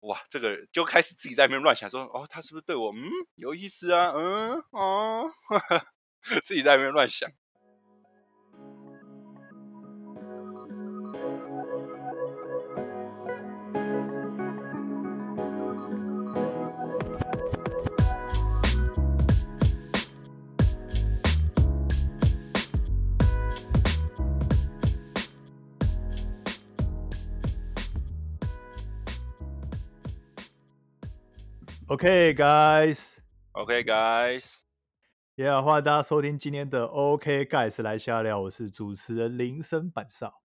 哇，这个就开始自己在那边乱想说，哦，他是不是对我嗯有意思啊？嗯哦， 自己在那边乱想。 OK guys， OK guys，也、yeah, 欢迎大家收听今天的 OK guys 来瞎聊，我是主持人林森板少。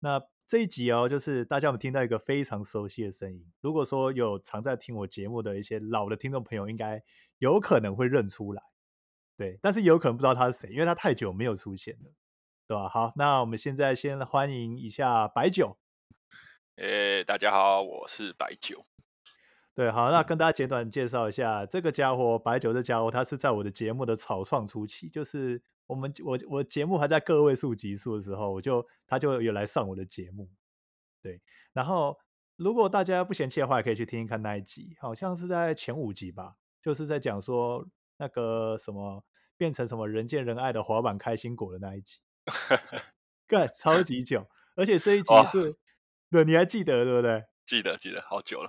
那这一集哦，就是大家有没有听到一个非常熟悉的声音？如果说有常在听我节目的一些老的听众朋友，应该有可能会认出来，对，但是有可能不知道他是谁，因为他太久没有出现了，对吧？好，那我们现在先欢迎一下白酒。诶、大家好，我是白酒。 对，好，那跟大家简短介绍一下这个家伙，白酒这家伙，他是在我的节目的草创初期，就是我们我我节目还在个位数集数的时候，我就他就有来上我的节目，对，然后如果大家不嫌弃的话，也可以去听听看那一集，好像是在前五集吧，就是在讲说那个什么变成什么人见人爱的滑板开心果的那一集，干超级久，而且这一集哇是，对，你还记得对不对？记得记得，好久了。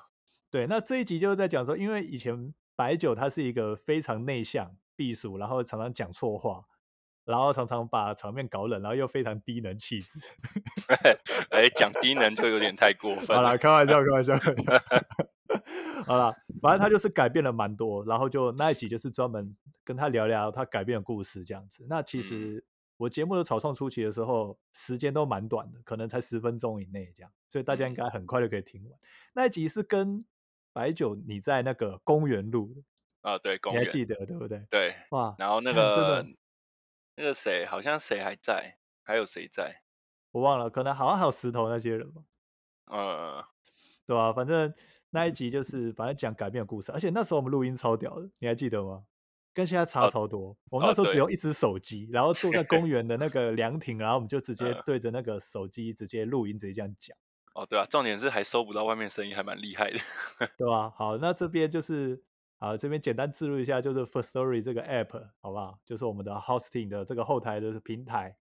对，那这一集就是在讲说，因为以前白酒他是一个非常内向、避暑，然后常常讲错话，然后常常把场面搞冷，然后又非常低能 气质。哎，讲低能就有点太过分好了 了，。开玩笑，开玩笑。 开玩笑好了，反正他就是改变了蛮多，然后就那一集就是专门跟他聊聊他改变的故事这样子。那其嗯实我节目的草创初期的时候，时间都蛮短的，可能才十分钟以内这样，所以大家应嗯该很快就可以听完。那一集是跟白酒你在那个公园录的，啊，对，公你还园。记得对不对？对，哇，然后那看真个的那个谁，好像谁还在，还有谁在？我忘了，可能好像还有石头那些人吧。呃，对啊，反正那一嗯集就是反正讲改变的故事，而且那时候我们录音超屌的，你还记得吗？跟现在差哦超多。我们哦那时候只对有一只手机，然后坐在 公园的那个凉亭，然后我们就直接嗯对着那个手机直接录音，直接这样讲，哦，对啊，重点是还收不到外面声音，还蛮厉害的。对吧、好，那这边就是啊，这边简单记录一下，就是 First Story 这个 app 好不好？就是我们的 hosting 的这个后台的平台，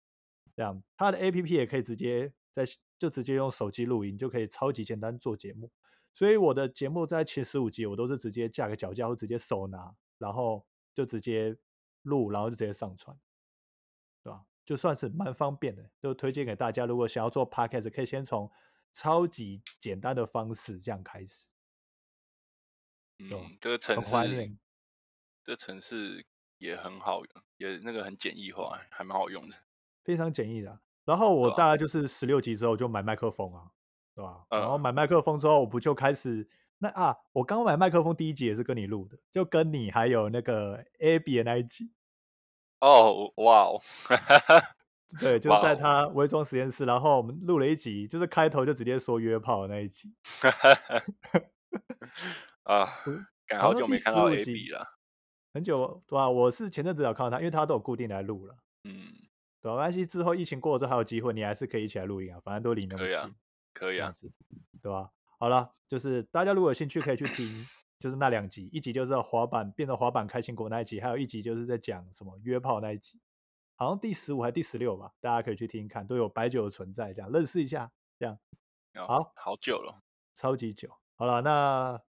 这样它的 app 也可以直接在就直接用手机录音，就可以超级简单做节目。所以我的节目在前十五集，我都是直接架个脚架或直接手拿，然后就直接录，然后就直接上传，对吧？就算是蛮方便的，就推荐给大家。如果想要做 podcast，可以先从超级简单的方式这样开始，对啊嗯，这个很城怀市念。，这城市也很好，也那个很简易化，还蛮好用的。非常简易的啊。然后我对啊大概就是十六集之后就买麦克风啊，对吧、然后嗯买麦克风之后，我不就开始那啊，我刚买麦克风第一集也是跟你录的，就跟你还有那个 Abby 的那一集，哦，哇哦，对，就哇在哦他伪装实验室，然后我们录了一集，就是开头就直接说约炮的那一集， 啊嗯，感好好像久第没看15到 A 集 B 了。很久对吧、我是前阵子有看到他，因为他都有固定来录了，嗯，对吧、没关系，之后疫情过了之后还有机会，你还是可以一起来录音啊，反正都离那么可以啊近。可以这样啊。子，对吧、好了，就是大家如果有兴趣，可以去听，就是那两集，一集就是滑板变成滑板开心果那一集，还有一集就是在讲什么约炮那一集，好像第十五还第十六吧，大家可以去听听看，都有白酒的存在，这样认识一下，这样哦好好久了，超级久。好了，那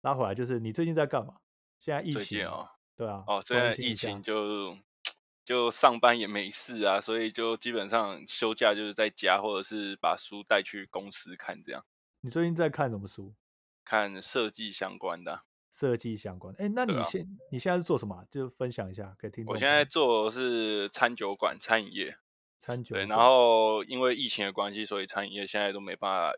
拉回来就是你最近在干嘛？现在疫最近情嘛，哦，对啊，哦，现关在心疫一下情就就上班也没事啊，所以就基本上休假就是在家，或者是把书带去公司看，这样你最近在看什么书？看设计相关的啊、设计相关的。哎，那对你啊现、你现在是做什么啊？就分享一下给听我众朋现友。在做的是餐酒馆餐饮业，餐酒对，馆，然后因为疫情的关系，所以餐饮业现在都没办法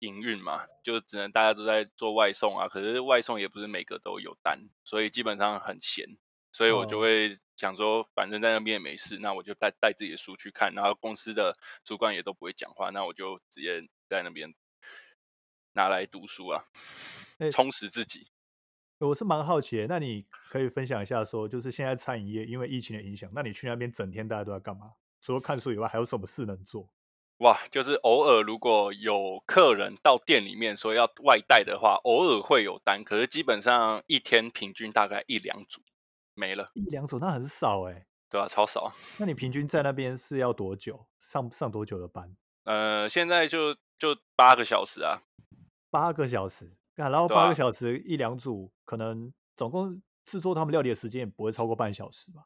营运嘛，就只能大家都在做外送啊。可是外送也不是每个都有单，所以基本上很闲，所以我就哦会想说，反正在那边也没事，那我就带带自己的书去看。然后公司的主管也都不会讲话，那我就直接在那边拿来读书啊，哎充实自己。我是蛮好奇的，那你可以分享一下说，就是现在餐饮业因为疫情的影响，那你去那边整天大家都在干嘛？除了看书以外，还有什么事能做？哇，就是偶尔如果有客人到店里面说要外带的话，偶尔会有单，可是基本上一天平均大概一两组没了，一两组那很少哎、对吧、超少。那你平均在那边是要多久？上上多久的班？呃，现在就就八个小时啊，八个小时，干然后对八啊个小时一两组，可能总共制作他们料理的时间也不会超过半小时吧？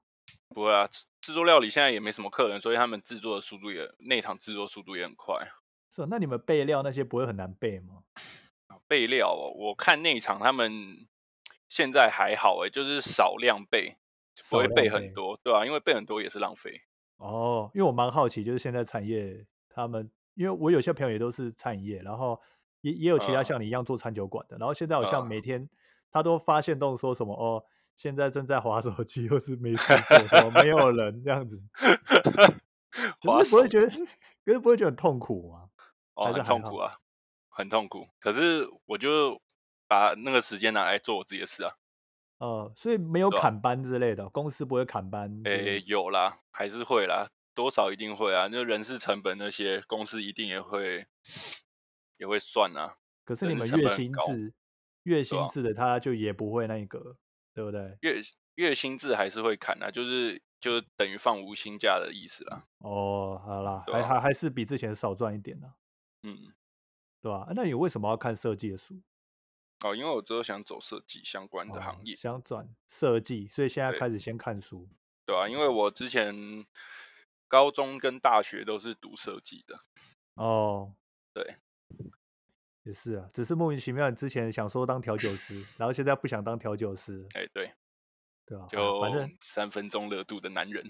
不会啊，制制作料理现在也没什么客人，所以他们制作的速度也内场制作速度也很快。是啊吧？那你们备料那些不会很难备吗？备料哦，我看内场他们现在还好诶，就是少量备，不少会量备备很多，对啊，因为备很多也是浪费。 哦，因为我蛮好奇，就是现在产业他们，因为我有些朋友也都是餐饮业，然后也也有其他嗯像你一样做餐酒馆的，然后现在好像嗯每天他都发现动说什么哦，现在正在划手机，又是没事做，什么没有人这样 子，可划是不会手觉得，可是不会觉得很痛苦啊吗？哦，还是很还痛好苦啊，很痛苦。可是我就把那个时间拿来做我自己的事啊。呃，所以没有对啊砍班之类的，公司不会砍班之诶、类的。有啦，还是会啦，多少一定会啊。那人事成本那些，公司一定也会也会算啊。可是你人们事成月本很薪高制，月薪啊制的他就也不会那个，对不对？月月薪制还是会砍啊，就是就等于放无薪假的意思啦。哦，好啦，对还啊还还是比之前少赚一点呢、啊嗯，对吧、那你为什么要看设计的书？哦，因为我之后想走设计相关的哦行，业，想转设计，所以现在对开始先看书。对啊，因为我之前高中跟大学都是读设计的，哦，对，也是啊，只是莫名其妙，之前想说当调酒师，然后现在不想当调酒师了，哎、对，对吧、哎呀反就正三分钟热度的男人，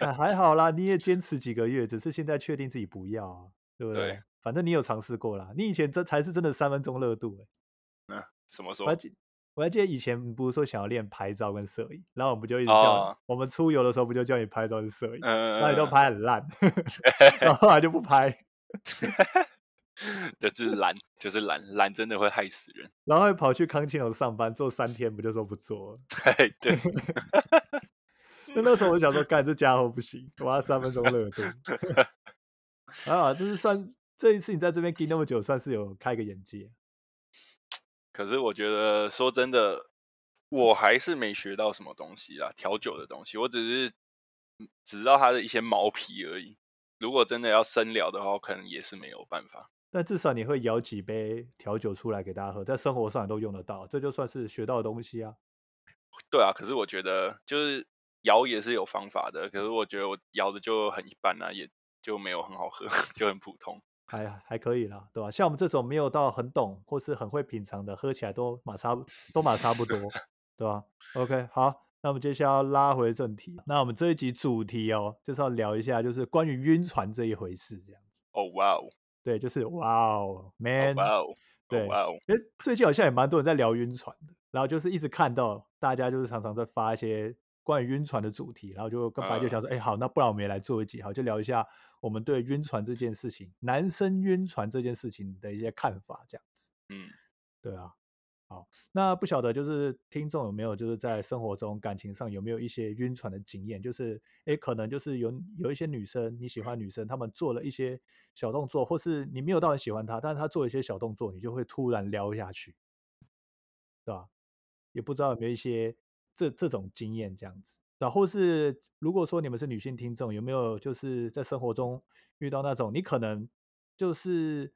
啊还好啦，你也坚持几个月，只是现在确定自己不要啊，对不对对？反正你有尝试过啦，你以前这才是真的三分钟热度、欸。嗯，什么我还说？记我还记得以前不是说想要练拍照跟摄影，然后我们就一直叫你，哦，我们出游的时候不就叫你拍照跟摄影，然后你都嗯，拍很烂， 然后后来就不拍， 就是懒，就是懒，懒真的会害死人。 然后又跑去康青楼上班做三天，不就说不做了？嘿对， 那那时候我就想说，干这家伙不行，我要三分钟热度。 啊，就是算这一次你在这边盯那么久，算是有开个眼界。可是我觉得说真的，我还是没学到什么东西啦，调酒的东西，我只是嗯只知道它的一些毛皮而已。如果真的要深聊的话，我可能也是没有办法。但至少你会舀几杯调酒出来给大家喝，在生活上也都用得到，这就算是学到的东西啊。对啊，可是我觉得就是摇也是有方法的，可是我觉得我摇的就很一般啦、也就没有很好喝， 就很普通。还还可以啦，对吧？像我们这种没有到很懂或是很会品尝的，喝起来都马差不都马差不 多，对吧？OK，好，那我们接下来要拉回正题，那我们这一集主题哦，就是要聊一下就是关于晕船这一回事，这样子。哦哇哦，对，就是哇哦哦，man，哇哦，哦对哇哦，因为最近好像也蛮多人在聊晕船的，然后就是一直看到大家就是常常在发一些关于晕船的主题，然后就跟白嗯就想说，哎、好，那不然我们也来做一集，好，就聊一下我们对晕船这件事情，男生晕船这件事情的一些看法，这样子，嗯，对啊。好，那不晓得就是听众有没有就是在生活中、感情上有没有一些晕船的经验？就是，诶，可能就是有有一些女生你喜欢女生，她们做了一些小动作，或是你没有到很喜欢她，但是她做一些小动作，你就会突然撩下去。对吧？也不知道有没有一些这这种经验这样子。然后是如果说你们是女性听众，有没有就是在生活中遇到那种你可能就是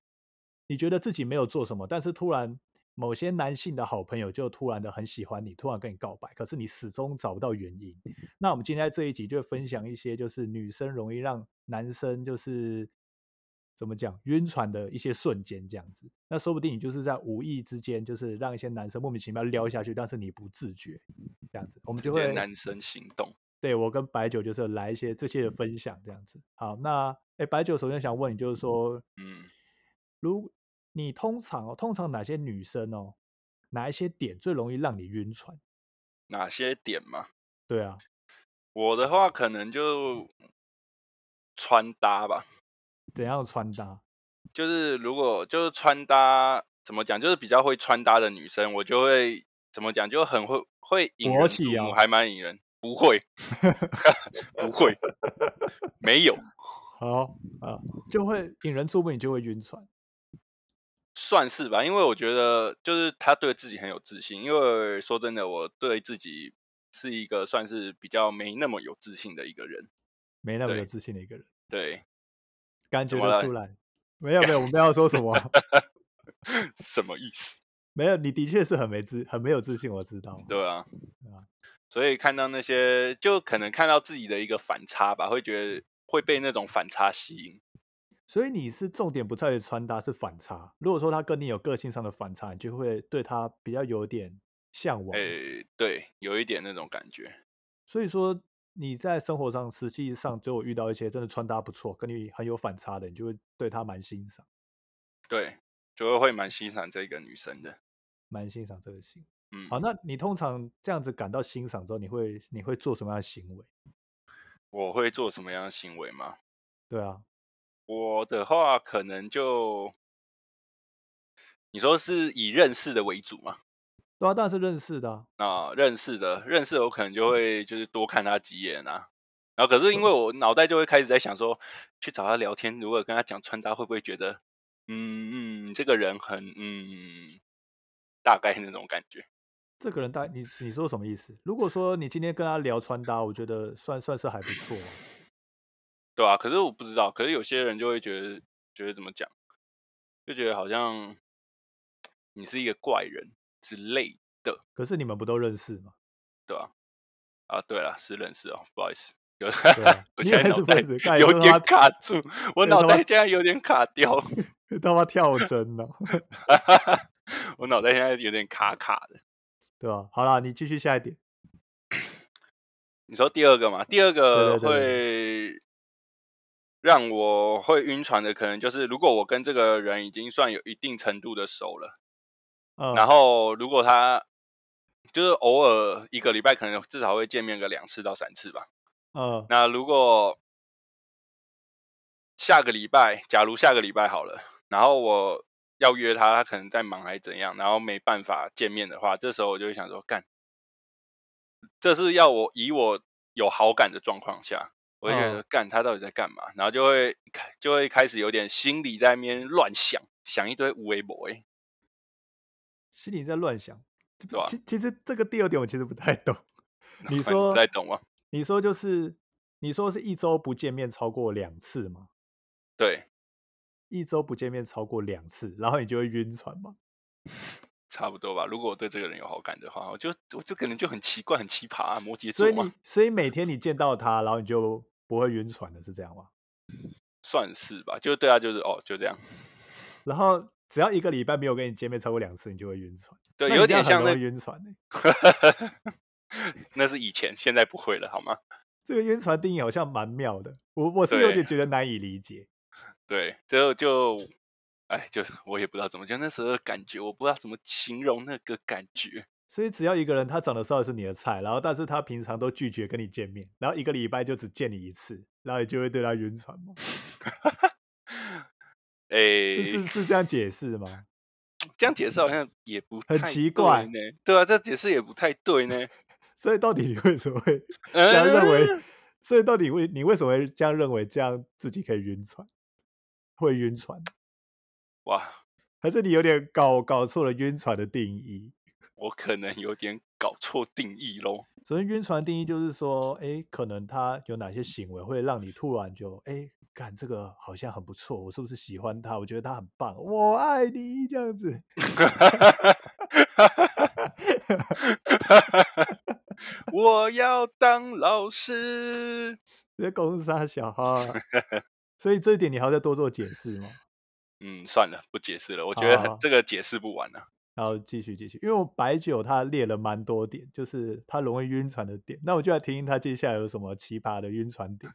你觉得自己没有做什么，但是突然某些男性的好朋友就突然的很喜欢你，突然跟你告白，可是你始终找不到原因。那我们今天在这一集就会分享一些就是女生容易让男生就是怎么讲晕船的一些瞬间这样子。那说不定你就是在无意之间，就是让一些男生莫名其妙撩下去，但是你不自觉这样子，我们直就接会男生行动。对我跟白酒就是来一些这嗯些的分享这样子。好，那哎，白酒首先想问你，就是说，嗯，如你通常哦，通常哪些女生哦，哪一些点最容易让你晕船？哪些点嘛？对啊，我的话可能就穿搭吧，怎样的穿搭？就是如果就是穿搭怎么讲，就是比较会穿搭的女生，我就会怎么讲，就很会会引勃人起注啊 目，还蛮引人。不会，不会，没有，好啊，就会引人注目，你就会晕船。算是吧，因为我觉得就是他对自己很有自信。因为说真的，我对自己是一个算是比较没那么有自信的一个人。没那么有对自信的一个人，对， 感怎觉么得了出来。没有没有，我们要说什么？什么意思？没有，你的确是很没自很没有自信，我知道。对啊对啊，所以看到那些，就可能看到自己的一个反差吧，会觉得会被那种反差吸引。所以你是重点不在于穿搭，是反差。如果说他跟你有个性上的反差，你就会对他比较有点向往。诶、对，有一点那种感觉。所以说你在生活上实际上就有遇到一些真的穿搭不错，跟你很有反差的，你就会对他蛮欣赏，对，就会蛮欣赏这个女生的。蛮欣赏这个型。嗯，好，那你通常这样子感到欣赏之后，你会你会做什么样的行为？我会做什么样的行为吗？对啊，我的话可能就，你说是以认识的为主嘛？对啊，当然是认识的啊、啊，认识的，认识的，我可能嗯就会就是多看他几眼啊。然后可是因为我脑袋就会开始在想说，去找他聊天，如果跟他讲穿搭，会不会觉得，嗯嗯，这个人很嗯，大概那种感觉。这个人大你你说什么意思？如果说你今天跟他聊穿搭，我觉得算算是还不错啊、对啊，可是我不知道，可是有些人就会觉得，觉得怎么讲，就觉得好像你是一个怪人之类，可是你们不都认识吗？对吧、啊？对了，是认识哦，不好意思，有，对啊 我你现还在是脑不袋认识干你有说他妈点卡 住，我你脑他袋妈现在有点卡掉， 他妈跳针了、我脑袋现在有点卡卡的。对吧、好啦，你继续下一点。你说第二个嘛？第二个对对会让我会晕船的，可能就是如果我跟这个人已经算有一定程度的熟了。嗯，然后如果他就是偶尔一个礼拜可能至少会见面个两次到三次吧。嗯，那如果下个礼拜，假如下个礼拜好了，然后我要约他，他可能在忙还是怎样，然后没办法见面的话，这时候我就会想说，干，这是要我以我有好感的状况下，我就觉嗯得干他到底在干嘛，然后就会开就会开始有点心里在那边乱想，想一堆无为博哎，心里在乱想。这对吧其其实这个第二点我其实不太 懂。你说不太懂吗？你说就是你说是一周不见面超过两次吗？对，一周不见面超过两次，然后你就会晕船吗？差不多吧。如果我对这个人有好感的话，我就我这个人就很奇怪，很奇葩、啊，摩羯座所以嘛你所以每天你见到他，然后你就不会晕船的，是这样吗？算是吧，就对啊，就是哦，就这样，然后只要一个礼拜没有跟你见面超过两次，你就会晕船。对，那有你这点样很像容那易，晕船、欸。 那是以前，现在不会了，好吗？这个晕船定义好像蛮妙的，我我是有对啊点觉得难以理解。对，最后就，哎，就我也不知道怎么讲，那时候的感觉，我不知道怎么形容那个感觉，所以只要一个人他长得稍微是你的菜，然后但是他平常都拒绝跟你见面，然后一个礼拜就只见你一次，然后你就会对他晕船吗？哎、这是是这样解释吗？这样解释好像也不很太奇对怪呢，对啊，这解释也不太对呢，所以到底你为什么会这样 嗯，认为？所以到底为你为什么会这样认为？这样自己可以晕船，会晕船，哇，还是你有点搞搞错了晕船的定义？我可能有点搞错定义喽。首先，晕船定义就是说，哎，可能他有哪些行为会让你突然就，哎，看这个好像很不错，我是不是喜欢他？我觉得他很棒，我爱你这样子。 我要当老师。你在公司杀小哈，所以这一点你还要再多做解释吗？嗯，算了，不解释了。我觉得好好很这个解释不完啊了、然后继续继续，因为我白酒它列了蛮多点，就是它容易晕船的点，那我就来听听它接下来有什么奇葩的晕船点。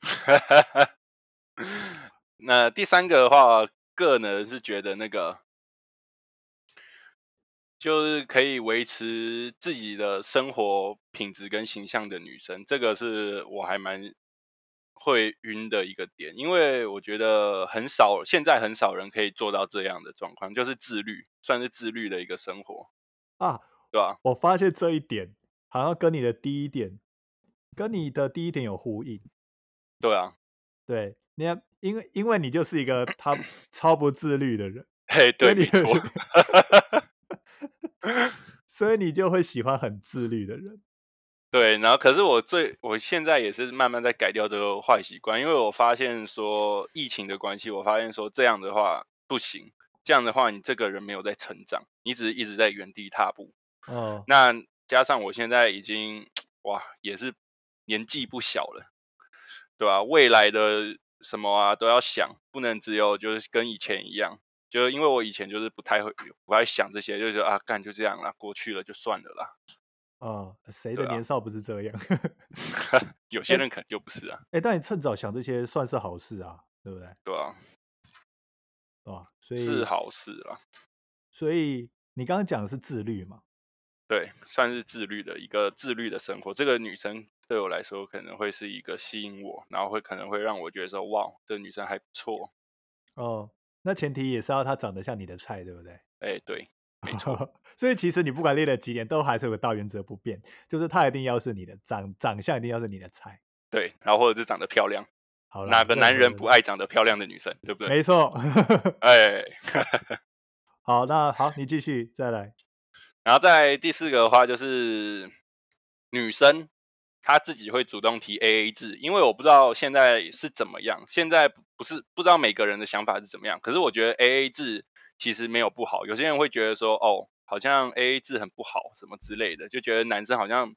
那第三个的话，个人是觉得那个就是可以维持自己的生活品质跟形象的女生，这个是我还蛮会晕的一个点，因为我觉得很少，现在很少人可以做到这样的状况，就是自律，算是自律的一个生活，啊，对吧、我发现这一点好像跟你的第一点，跟你的第一点有呼应。对啊， 对，你看，因为因为你就是 一个他超不自律的人，嘿，对，你没错， 所以你就会喜欢很自律的人。对，然后可是我最我现在也是慢慢在改掉这个坏习惯，因为我发现说疫情的关系，我发现说这样的话不行，这样的话你这个人没有在成长，你只是一直在原地踏步。哦，那加上我现在已经哇也是年纪不小了，对吧、未来的什么啊都要想，不能只有就是跟以前一样。就是因为我以前就是不太会不太想这些，就觉得啊干就这样啦，过去了就算了啦。 哦，谁对的啊年少不是这样？ 有些哎人可能就不是啊，哎、但你趁早想这些算是好事啊，对不对？对吧、哦，所以是好事啦，所以你刚刚讲的是自律嘛？对，算是自律的一个自律的生活。这个女生对我来说可能会是一个吸引我，然后会可能会让我觉得说，哇，这女生还不错。哦，那前提也是要他长得像你的菜，对不对？哎，对，没 错。所以其实你不管练了几年，都还是有个大原则不变，就是他一定要是你的长长相，一定要是你的菜。对，然后或者是长得漂亮，好了，哪个任男何人不？爱长得漂亮的女生，对不对？没错。 哎，好，那好，你继续再来。然后在第四个的话就是女生她自己会主动提 A A 制，因为我不知道现在是怎么样，现在不不是不知道每个人的想法是怎么样，可是我觉得 A A 制其实没有不好，有些人会觉得说哦，好像 A A 制很不好什么之类的，就觉得男生好像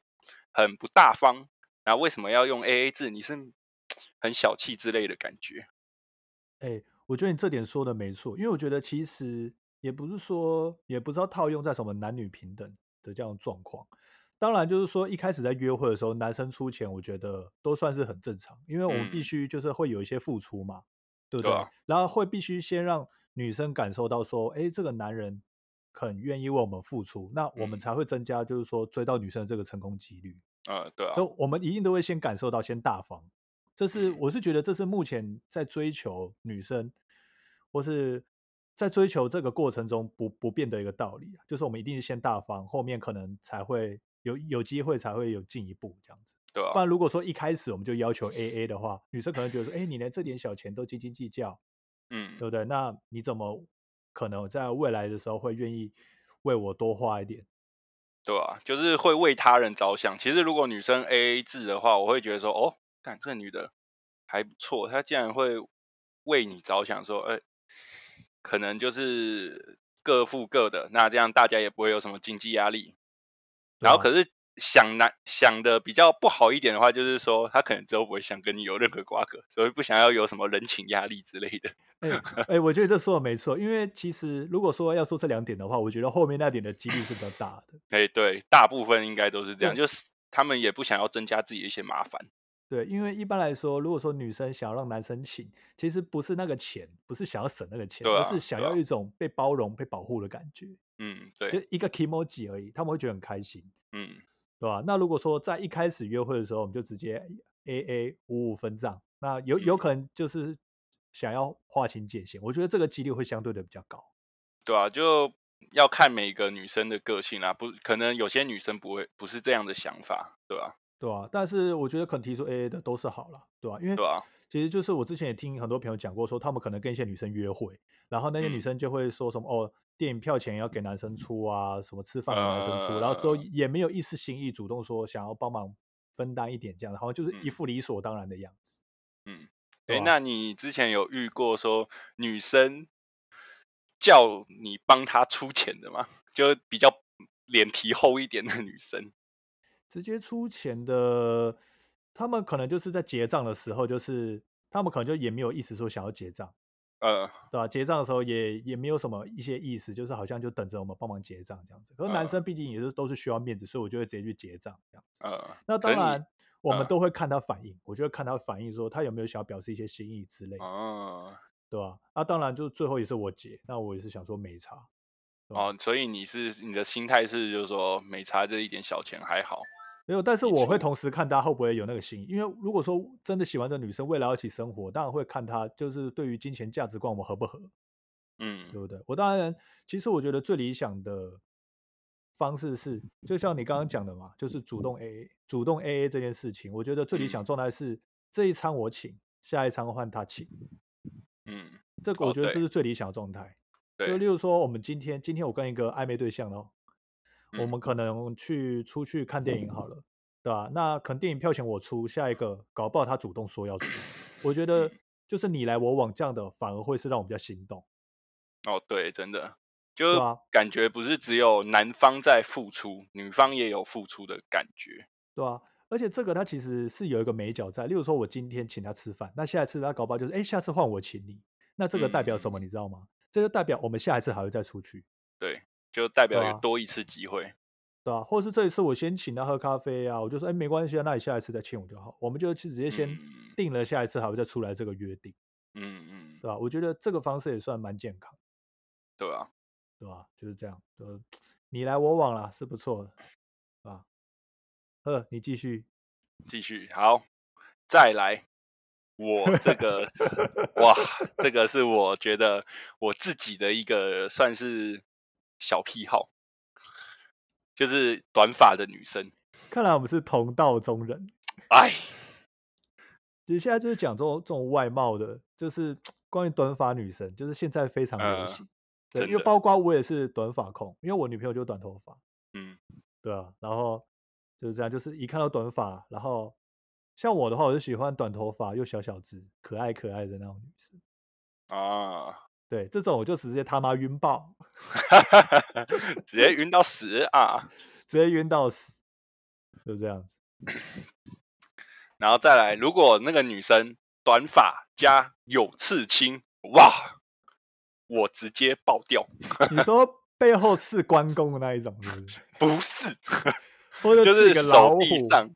很不大方，然后为什么要用 A A 制？你是很小气之类的感觉，哎，我觉得你这点说的没错，因为我觉得其实也不是说，也不知道套用在什么男女平等的这样的状况。当然，就是说一开始在约会的时候，男生出钱，我觉得都算是很正常，因为我们必嗯须就是会有一些付出嘛，对不对对？啊然后会必须先让女生感受到说，哎，这个男人肯愿意为我们付出，那我嗯们才会增加就是说追到女生的这个成功几率。呃，对啊，所以我们一定都会先感受到先大方。这是嗯我是觉得这是目前在追求女生，或是在追求这个过程中不不变的一个道理啊，就是我们一定是先大方，后面可能才会有有机会才会有进一步这样子。对不啊，然如果说一开始我们就要求 A A 的话，女生可能觉得说，哎，你连这点小钱都斤斤计较，嗯对，不对？那你怎么可能在未来的时候会愿意为我多花一点？对啊，就是会为他人着想。其实如果女生 A A 制的话，我会觉得说，哦，干这女的还不错，她竟然会为你着想，说，哎、可能就是各付各的，那这样大家也不会有什么经济压力。对然后啊可是想难想的比较不好一点的话，就是说她可能之后不会想跟你有任何瓜葛，所以不想要有什么人情压力之类的。 哎、哎、我觉得这说的没错，因为其实如果说要说这两点的话，我觉得后面那点的几率是比较大的。哎、对，大部分应该都是这样，对就是他们也不想要增加自己的一些麻烦。对，因为一般来说，如果说女生想要让男生请，其实不是那个钱，不是想要省那个钱，对而啊是想对啊要一种被包容、被保护的感觉，嗯，对，就一个 emoji 而已，他们会觉得很开心，嗯，对吧？那如果说在一开始约会的时候，我们就直接 A A 五五分账，那有有嗯可能就是想要划清界限，我觉得这个几率会相对的比较高。对啊，就要看每个女生的个性啦、啊不可能有些女生不会不是这样的想法，对吧、对啊，但是我觉得肯提出 AA 的都是好了，对吧、因为对啊其实就是我之前也听很多朋友讲过说他们可能跟一些女生约会，然后那些女嗯生就会说什么哦，电影票钱要给男生出啊，什么吃饭给男生出，然后之后呃也没有一丝心意主动说想要帮忙分担一点这样，然后就是一嗯副理所当然的样子，嗯， 对哎，啊吧、那你之前有遇过说女生叫你帮她出钱的吗？就比较脸皮厚一点的女生，直接出钱的，他们可能就是在结账的时候，就是他们可能就也没有意思说想要结账。呃对吧、结账的时候也也没有什么一些意思，就是好像就等着我们帮忙结账这样子。可是男呃生毕竟也是都是需要面子，所以我就会直接去结账这样子。呃，那可当是你然，我们呃都会看他反应，我就会看他反应，说他有没有想要表示一些心意之类的，哦对吧、那当然，就最后也是我结，那我也是想说没差，对吧、哦，所以你是你的心态是就是说没差这一点小钱还好，没有，但是你我会出同时看他会不会有那个心意，因为如果说真的喜欢这女生，未来要一起生活，当然会看他就是对于金钱价值观我们合不合。嗯对不对？我当然，其实我觉得最理想的方式是，就像你刚刚讲的嘛，就是主动 AA，主动 AA 这件事情，我觉得最理嗯想状态是这一餐我请，下一餐换 Touch。嗯，这个我哦觉得这对是最理想的状态。就对例，如说，我们今天今天我跟一个暧昧对象哦，我嗯们可能去出去看电影好了，对吧、那可能电影票钱我出，下一个搞不好他主动说要出，我嗯觉得就是你来我往这样的，反而会是让我比较心动，哦对，真的对啊就吧、感觉不是只有男方在付出，女方也有付出的感觉。对啊，而且这个它其实是有一个美角在，例如说我今天请他吃饭，那下一次他搞不好就是，哎，下次换我请你，那这个代表嗯什么，你知道吗？这就代表我们下一次还会再出去，对，就代表对有啊多一次机会。对吧、或者是这一次我先请他喝咖啡啊，我就说，哎，没关系啊，那你下一次再请我就好，我们就去直接先嗯定了下一次还会再出来这个约定，嗯嗯，对吧、我觉得这个方式也算蛮健康，对啊，对吧、就是这样，就你来我往啦，是不错的，对吧、呃，你继续，继续好，再来。我这个哇，这个是我觉得我自己的一个算是小癖好，就是短发的女生。看来我们是同道中人。哎，其实现在就是讲这种这种外貌的，就是关于短发女生，就是现在非常流呃行。对，真因为的包括我也是短发控，因为我女朋友就短头发，嗯对啊，然后就是这样，就是一看到短发，然后像我的话，我就喜欢短头发又小小只、可爱可爱的那种女生。啊， 对，这种我就直接他妈晕爆，直接晕到死啊！直接晕到死，就这样子。然后再来，如果那个女生短发加有刺青，哇，我直接爆掉。你说背后刺关公的那一种，是 不不是？是，或者就刺是一个老手虎，臂上。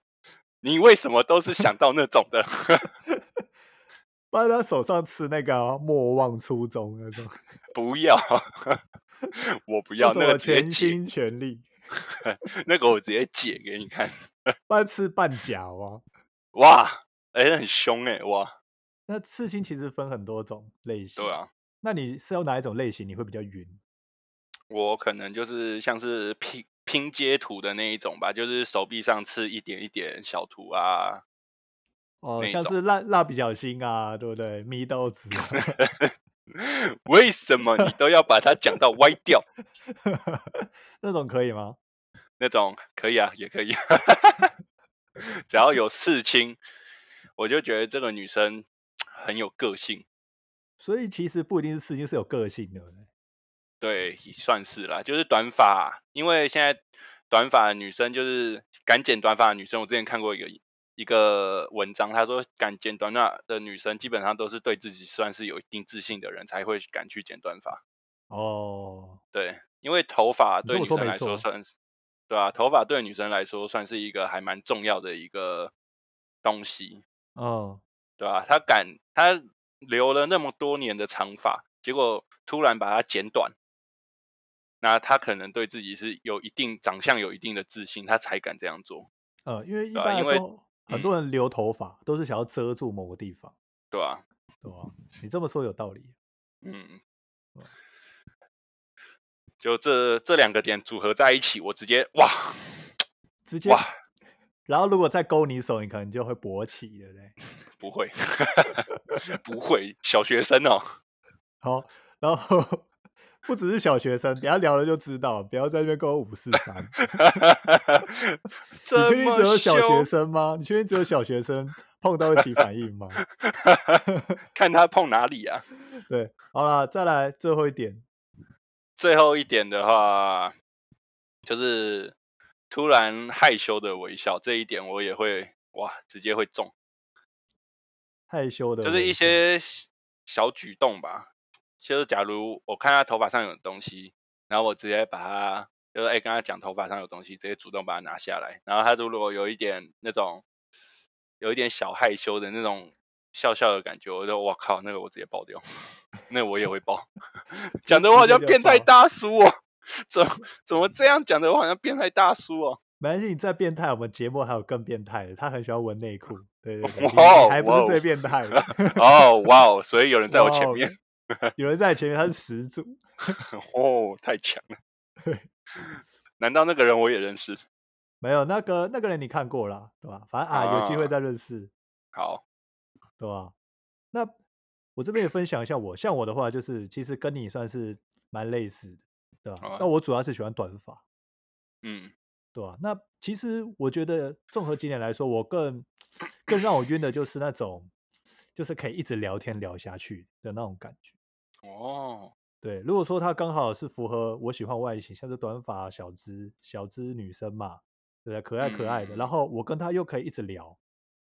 你为什么都是想到那种的？ 不然他手上刺那个啊、莫忘初衷那种。不要， 我不要什那个么直接全解，心全力，那个我直接解给你看。半吃半嚼哦。哇，哎、那很凶哎、哇，那刺青其实分很多种类型，对啊，那你是有哪一种类型你会比较晕？我可能就是像是拼拼接图的那一种吧，就是手臂上刺一点一点小图啊，哦，哪一像种是蜡蜡笔小新啊，对不对？米豆子 啊、 为什么你都要把它讲到歪掉？那种可以吗？那种可以啊，也可以， 只要有刺青，我就觉得这个女生很有个性。所以其实不一定是刺青是有个性的，对不对对，也算是啦，就是短发，因为现在短发的女生就是敢剪短发的女生，我之前看过一个一个文章，他说敢剪短发的女生基本上都是对自己算是有一定自信的人才会敢去剪短发。哦，对，因为头发你对这么女生说没来错说算是，对啊，头发对女生来说算是一个还蛮重要的一个东西，嗯，对吧、她敢，她留了那么多年的长发，结果突然把它剪短，那她可能对自己是有一定长相有一定的自信，她才敢这样做，呃，因为一对啊般来因为嗯说，很多人留头发都是想要遮住某个地方，对吧、对吧、你这么说有道理。嗯哇，就这这两个点组合在一起，我直接哇直接，哇然后如果再勾你手，你可能就会勃起，对不对？不会， 不会，小学生哦。好，然后 不只是小学生，等一下聊了就知道，不要在那边跟我五四三。 你这确定么只有小学凶生吗？你确定只有小学生碰到会起反应吗？ 看他碰哪里啊？对，好啦，再来最后一点，最后一点的话，就是突然害羞的微笑，这一点我也会哇，直接会中，害羞的就是微一笑些小小举动吧。就是假如我看他头发上有东西，然后我直接把他，就是哎、跟他讲头发上有东西，直接主动把它拿下来。然后他如果有一点那种，有一点小害羞的那种笑笑的感觉，我就我靠，那个我直接爆掉， 那我也会爆。 讲的我好像变态大叔哦，怎么怎么这样讲的我好像变态大叔哦？没关系，你再变态，我们节目还有更变态的，他很喜欢闻内裤。对对对，你哇你还不哇是哦 最变态的。哦哇哦，所以有人在我前哇哦面，有人在你前面，他是始祖。哦，太强了。 难道那个人我也认识？没有那个那个人你看过啦，对吧？反正啊，有机会啊再认识，好，对吧？那我这边也分享一下我，像我的话就是其实跟你算是蛮类似的，对好吧啊？那我主要是喜欢短发，嗯，对吧？那其实我觉得综合几点来说，我更更让我晕的就是那种就是可以一直聊天聊下去的那种感觉。哦，对，如果说她刚好是符合我喜欢外形，像是短发小资小资女生嘛，对不对？可爱可爱的，然嗯后我跟她又可以一直聊，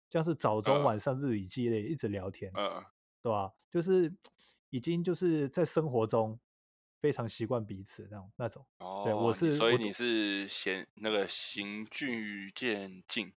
像是早中呃晚上日以继夜一直聊天，呃，对吧？就是已经就是在生活中非常习惯彼此那种那种。对哦，我你是所以我你都是嫌那个循序渐进，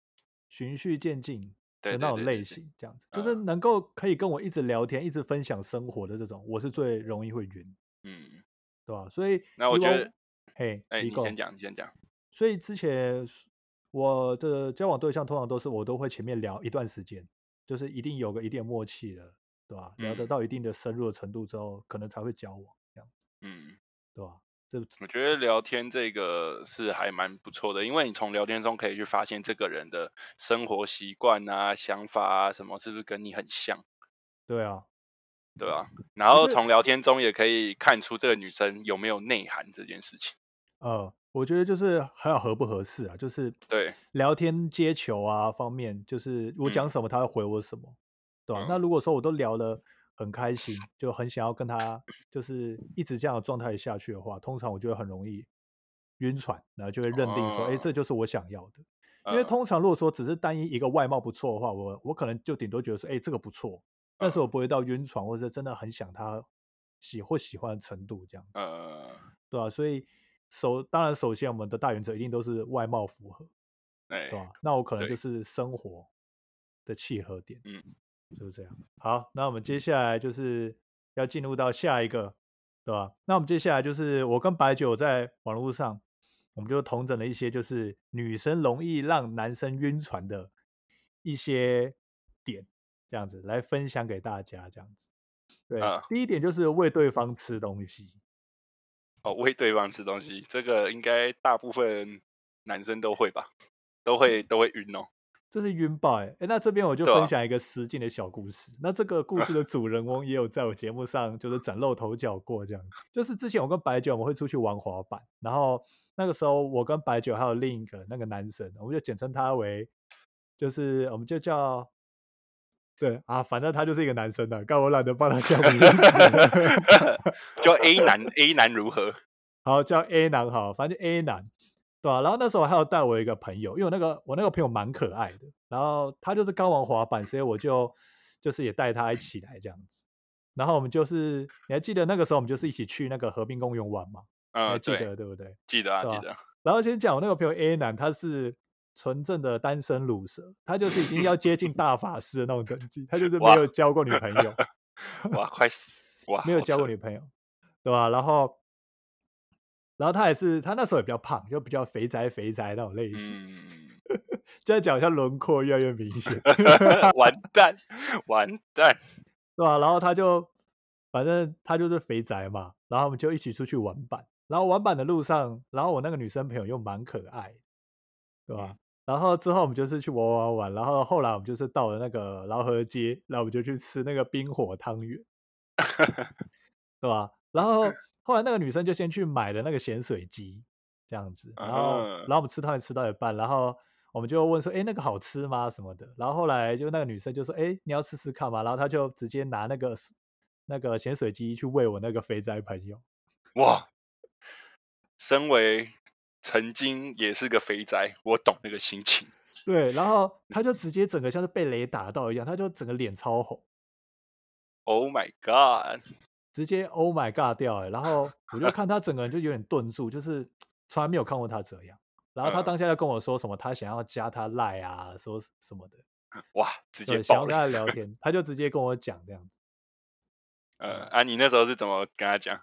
循序渐进对的那对种对类对对，型，这样子就是呃，能够可以跟我一直聊天，一直分享生活的这种，我是最容易会晕，嗯，对吧？所以那我以觉往得，嘿，哎、你你先讲。讲，你先讲，所以之前是我的交往对象通常都是我都会前面聊一段时间，就是一定有个一定的默契了，对吧？聊得嗯到一定的深入的程度之后，可能才会交往，这样嗯。对吧？这我觉得聊天这个是还蛮不错的，因为你从聊天中可以去发现这个人的生活习惯啊、想法啊，什么是不是跟你很像，对啊，对吧、然我后觉得从聊天中也可以看出这个女生有没有内涵这件事情。呃，我觉得就是还有合不合适啊，就是对，聊天接球啊方面，就是我讲嗯什么他会回我什么，对吧、那嗯如果说我都聊得很开 心，就很想要跟他就是一直这样的状态下去的话，通常我就会很容易晕船，然后就会认定说，哎，这哦，就是我想要的。因为嗯通常如果说只是单一一个外貌不错的话，我我可能就顶多觉得说，哎，这个不错，但是我嗯不会到晕船或者是真的很想他喜或喜欢的程度这样子。呃，对啊，所以首当然首先我们的大原则一定都是外貌符合，哎、对吧、啊那我可能就对，是生活的契合点，嗯就是这样。好，那我们接下来就是要进入到下一个，对吧、那我们接下来就是我跟白酒在网络上，我们就统整了一些就是女生容易让男生晕船的一些点，这样子来分享给大家，这样子。对，呃，第一点就是喂对方吃东西，哦，喂对方吃东西，这个应该大部分男生都会吧，都会都会晕哦， 这是晕爆哎、欸！那这边我就对分吧、享一个实境的小故事。那这个故事的主人翁也有在我节目上就是崭露头角过，这样子。就是之前我跟白酒我们会出去玩滑板，然后那个时候我跟白酒还有另一个那个男生，我们就简称他为，就是我们就叫对啊，反正他就是一个男生的、但我懒得帮他下名字了。 就 A 男 A 男如何？好，叫 A 男好，反正就 A 男，对啊吧、然后那时候还有带我一个朋友，因为我那个我那个朋友蛮可爱的，然后他就是刚玩滑板，所以我就就是也带他一起来这样子。然后我们就是你还记得那个时候我们就是一起去那个河滨公园玩嘛？嗯，你还哎记对，得对不对？记得啊，对记吧、得啊。然后先讲我那个朋友 A 男，他是纯正的单身乳蛇，他就是已经要接近大法师的那种等级，他就是没哇，有交过女朋友，哇，快死！哇，没有好交扯。过女朋友，对吧、然后然后他也是，他那时候也比较胖，就比较肥宅肥宅那种类型。嗯，现在讲一下轮廓越来越明 显，嗯完蛋，完蛋。对吧、然后他就，反正他就是肥宅嘛，然后我们就一起出去玩板。然后玩板的路上，然后我那个女生朋友又蛮可爱，对吧、嗯，然后之后我们就是去玩玩玩，然后后来我们就是到了那个劳河街，然后我们就去吃那个冰火汤圆，对吧？然后后来那个女生就先去买了那个咸水鸡，这样子，然后嗯然后我们吃汤圆吃到一半，然后我们就问说，哎，那个好吃吗？什么的。然后后来就那个女生就说，哎，你要吃吃看嘛。然后她就直接拿那个 s- 那个咸水鸡去喂我那个肥宅朋友，哇，身为曾经也是个肥宅，我懂那个心情。对，然后她就直接整个像是被雷打到一样，她就整个脸超红， Oh my god！直接 Oh my God 掉、欸，然后我就看她整个人就有点顿住，就是从来没有看过她这样。然后她嗯，当下就跟我说什么，她想要加她赖啊，说什么的。哇，直接对，想爆了。要跟他 聊天，他就直接跟我讲这样子，对嗯，吧？啊，你那时候是怎么跟他讲？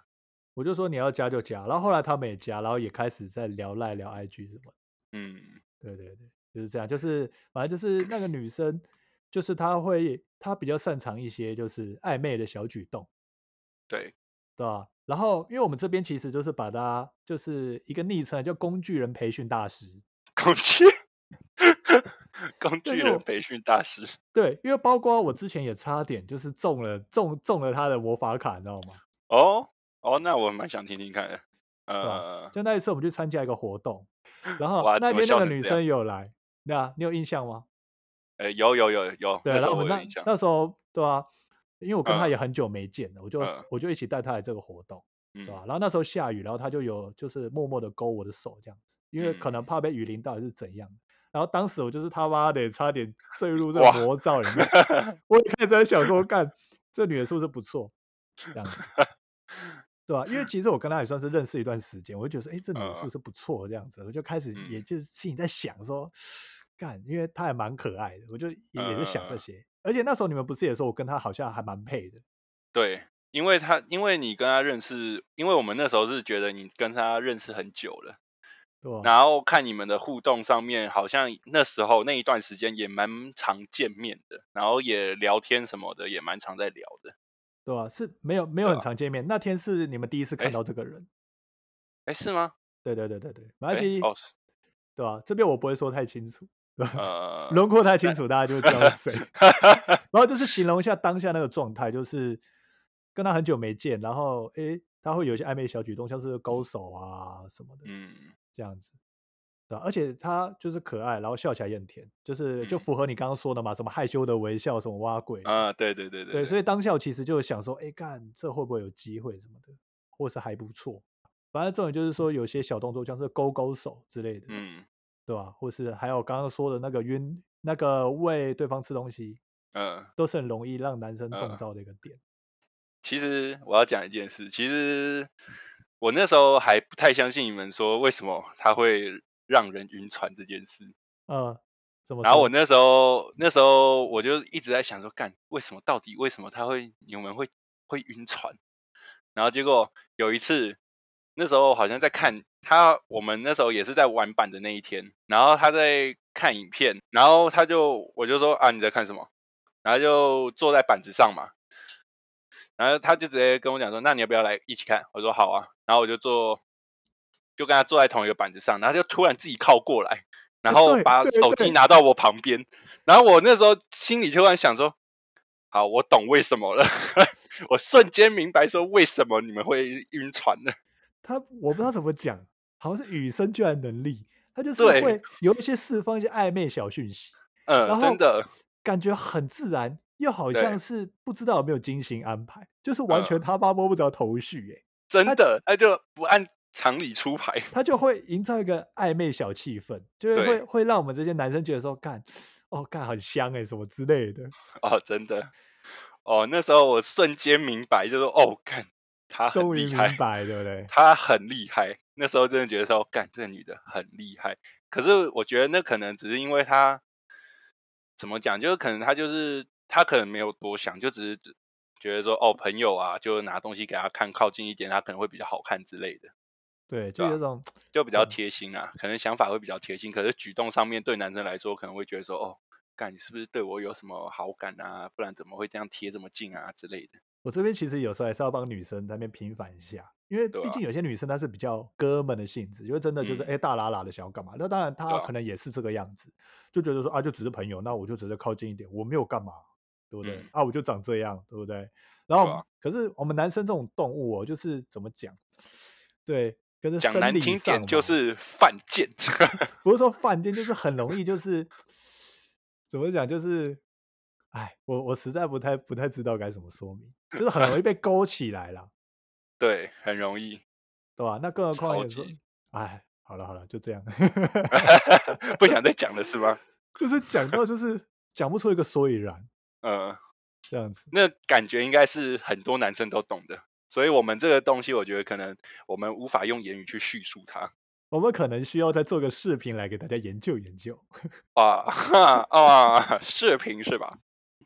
我就说你要加就加，然后后来他们也加，然后也开始在聊赖聊 IG 什么的，嗯，对对对，就是这样，就是反正就是那个女生，就是她会她比较擅长一些就是暧昧的小举动，对，对吧？然后因为我们这边其实就是把她啊 就是一个昵称叫工具人培训大师，空气。工对具因为人我培训大师，对，因为包括我之前也差点就是中了中中了他的魔法卡，你知道吗？哦哦，那我蛮想听听看的，吧呃，就那一次我们去参加一个活动，然后哇那怎么天笑那个成女这样生有来，那你有印象吗？哎、有有有有，那对，啊然时后候我我们有那印象，那时候对啊，因为我跟她嗯也很久没见了，我就嗯我就一起带她来这个活动，对啊吧、嗯然后那时候下雨，然后她就有就是默默的勾我的手这样子，因为可能嗯，怕被雨淋到还是怎样。然后当时我就是他妈的差点坠入这个哇，魔罩里面， 我一开始还想说，干这女的是不是不错，这 样子。对啊，因为其实我跟她也算是认识一段时间，我就觉得，哎，这女的是不呃是不错？这样子，我就开始也嗯就是心里在想说，干，因为她还蛮可爱的，我就也也是想这呃，些。而且那时候你们不是也说我跟她好像还蛮配的？对，因为他因为你跟他认识，因为我们那时候是觉得你跟他认识很久了。对啊吧、然后看你们的互动上面，好像那时候那一段时间也蛮常见面的，然后也聊天什么的也蛮常在聊的，对吧、是没有没有对很吧、常见面，那天是你们第一次哎看到这个人。哎，是吗？对对对对对，没关哎，系，哦， 是对吧、这边我不会说太清楚，对吧？呃，轮廓太清那 楚，大家就会知道是谁。然后就是形容一下当下那个状态，就是跟他很久没见，然后诶，他会有一些暧昧小举动，像是勾手啊什 么的嗯这样子，对吧、而且他就是可爱，然后笑起来也很甜，就是嗯就符合你刚刚说的嘛，什么害羞的微笑，什么挖鬼的，啊，对对对对对，所对，以当下我其实就想说，诶，干这会不会有机会什么的，或是还不错。反正重点就是说，有些小动作，像是勾勾手之类的，嗯对吧？或是还有刚刚说的那个晕，那个喂对方吃东西，呃都是很容易让男生中呃，招的一个点。其实我要讲一件事，其实我那时候还不太相信你们说为什么他会让人晕船这件事，呃，怎么然后我说？那时候那时候我就一直在想说，干为什么到底为什么他会你们会会晕船？然后结果有一次，那时候好像在看他，我们那时候也是在玩板的那一天，然后他在看影片，然后他就我就说啊你在看什么？然后就坐在板子上嘛，然后他就直接跟我讲说，那你要不要来一起看？我说好啊，然后我就坐，就跟他坐在同一个板子上，然后他就突然自己靠过来，然哎，后对把对手机对，拿到我旁边，然后我那时候心里就突然想说，好，我懂为什么了， 我瞬间明白说为什么你们会晕船了。他我不知道怎么讲，好像是与生俱来的能力，他就是对，会有一些释放一些暧昧小讯息，嗯，然真后的，感觉很自然，又好像对，是不知道有没有精心安排，就是完嗯，全他妈摸不着头绪，哎，真他的，那就不按常理出牌。他就会营造一个暧昧小气氛，就是会对，会让我们这些男生觉得说，干，哦，干很香哎、什么之类的，哦，真的，哦，那时候我瞬间明白，就说哦，干，他很终于厉明害，白，对不对？他很厉害。那时候真的觉得说，干，这个女的很厉害。可是我觉得那可能只是因为她怎么讲，就是可能他就是他可能没有多想，就只是觉得说哦，朋友啊，就拿东西给他看，靠近一点，他可能会比较好看之类的，对，就 对吧、啊有种就比这较种贴心啊，可能想法会比较贴心，可是举动上面对男生来说，可能会觉得说哦，干你是不是对我有什么好感啊？不然怎么会这样贴这么近啊之类的，我这边其实有时候还是要帮女生在那边平反一下，因为对毕吧、竟有些女生她是比较哥们的性质，就真的就是哎、嗯，诶大喇喇的想要干嘛？那当然对啊她吧、可能也是这个样子，就觉得说啊就只是朋友，那我就只是靠近一点，我没有干嘛，对不对？嗯，啊我就长这样，对不对？然对啊后吧、可是我们男生这种动物哦，就是怎么讲？对，可是讲生难理听点上哦就嘛，是犯贱， 不是说犯贱，就是很容易就是怎么讲，就是哎，我我实在不太不太知道该怎么说明，就是很 容易被勾起来了。对，很容易， 对吧、那更何况超也说，级，哎，好了好了，就这样， 不想再讲了是吗？就是讲到就是讲不出一个所以然，呃。这样子。那感觉应该是很多男生都懂的，所以我们这个东西，我觉得可能我们无法用言语去叙述它我们可能需要再做个视频来给大家研究研究，啊 啊，视频是吧？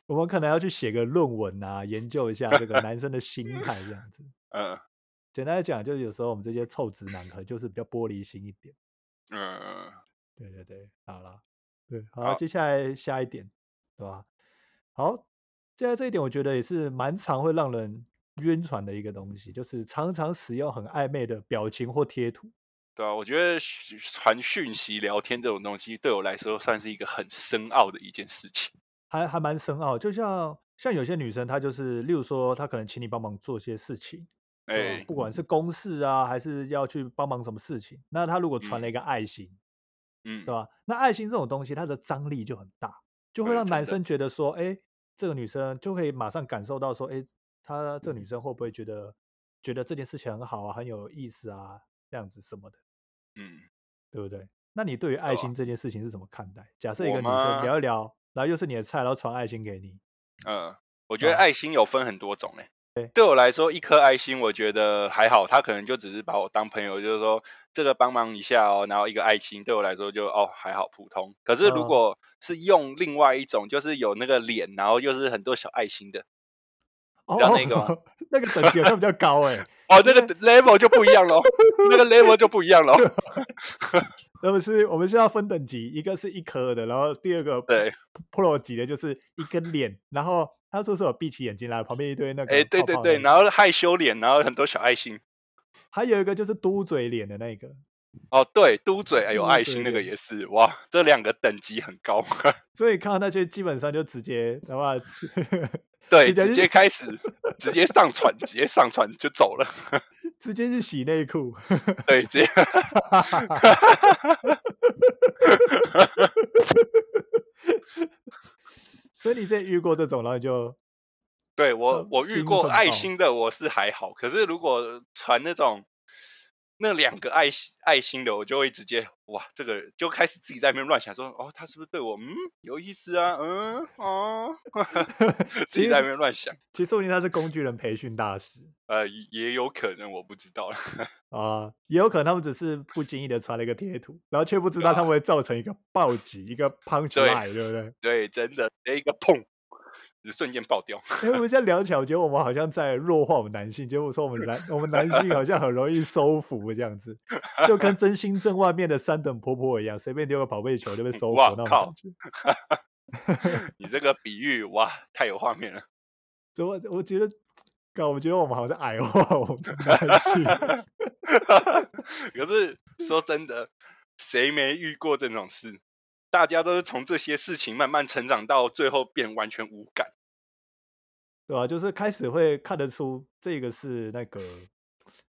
我们可能要去写个论文啊，研究一下这个男生的心态这样子。嗯简单来讲，就是有时候我们这些臭直男可能就是比较玻璃心一点。嗯，对对对，好了，对，好，好，接下来下一点，对吧？好，接下来这一点我觉得也是蛮常会让人晕船的一个东西，就是常常使用很暧昧的表情或贴图，对啊，我觉得讯传讯息、聊天这种东西对我来说算是一个很深奥的一件事情。还还蛮深奥。就像像有些女生，她就是，例如说，她可能请你帮忙做些事情，哎、对啊吧？不管是公事啊，还是要去帮忙什么事情，那她如果传嗯了一个爱心，嗯，对吧？啊那爱心这种东西，它的张力就很大，就会对让真男的生觉得说，哎，这个女生就可以马上感受到说，哎，她这个女生会不会觉得觉得这件事情很好啊，很有意思啊，这样子什么的，嗯，对不对？那你对于爱对吧？心这件事情是怎么看待？假设一我个女生吗？聊一聊，然后又是你的菜，然后传爱心给你，嗯，我对觉得吧？爱心有分很多种诶、对，对我来说，一颗爱心我觉得还好，他可能就只是把我当朋友，就是说这个帮忙一下哦，然后一个爱心对我来说就哦还好普通。可是如嗯。果是用另外一种，就是有那个脸，然后又是很多小爱心 的，你知道那个吗？哦，那个等级好像比较高哎，哦，那因个 d- 为 level 就不一样喽，那个 level 就不一样喽。啊那不是我们是要分等级，一个是一颗的，然后第二个对， pro 级的就是一根脸，然后他说是有闭起眼睛来，旁边一堆那哎，个对泡对泡对，那个，然后害羞脸，然后很多小爱心。还有一个就是嘟嘴脸的那个，哦，对，嘟嘴，哎，有嘟爱嘴心那个脸，也是，哇，这两个等级很高。 所以看到那些基本上就直接他妈对，直直接去接开始，直接上船，直接上船就走了。 直接去洗内裤， 对，直接， 所以你之前遇过这种，然后你就对我呃我遇兴过奋爱爆，心的，我是还好，可是如果传那种那两个爱心爱心的，我就会直接哇，这个就开始自己在那边乱想说，哦，他是不是对我嗯有意思啊？嗯 哦， 自其己实在这那边乱想，其实说不定他是工具人培训大师。呃，也有可能我不知道了，啊，也有可能他们只是不经意的传了一个贴图，然后却不知对道吧、他们会造成一个暴击，一个 punch 啊对 line，对不对？对，真的，那一个砰，就瞬间爆掉。哎，我们现在聊起来，我觉得我们好像在弱化我们男性，结果说我们男我们男性好像很容易收服这样子，就跟真心镇外面的三等婆婆一样，随便丢个宝贝球就 被收服哇那种感靠！觉。 你这个比喻哇，太有画面了。 怎么？我觉得，搞，我觉得我们好像矮化我们男性。可是说真的，谁没遇过这种事？大家都是从这些事情慢慢成长，到最后变完全无感。对吧、就是开始会看得出这个是那个，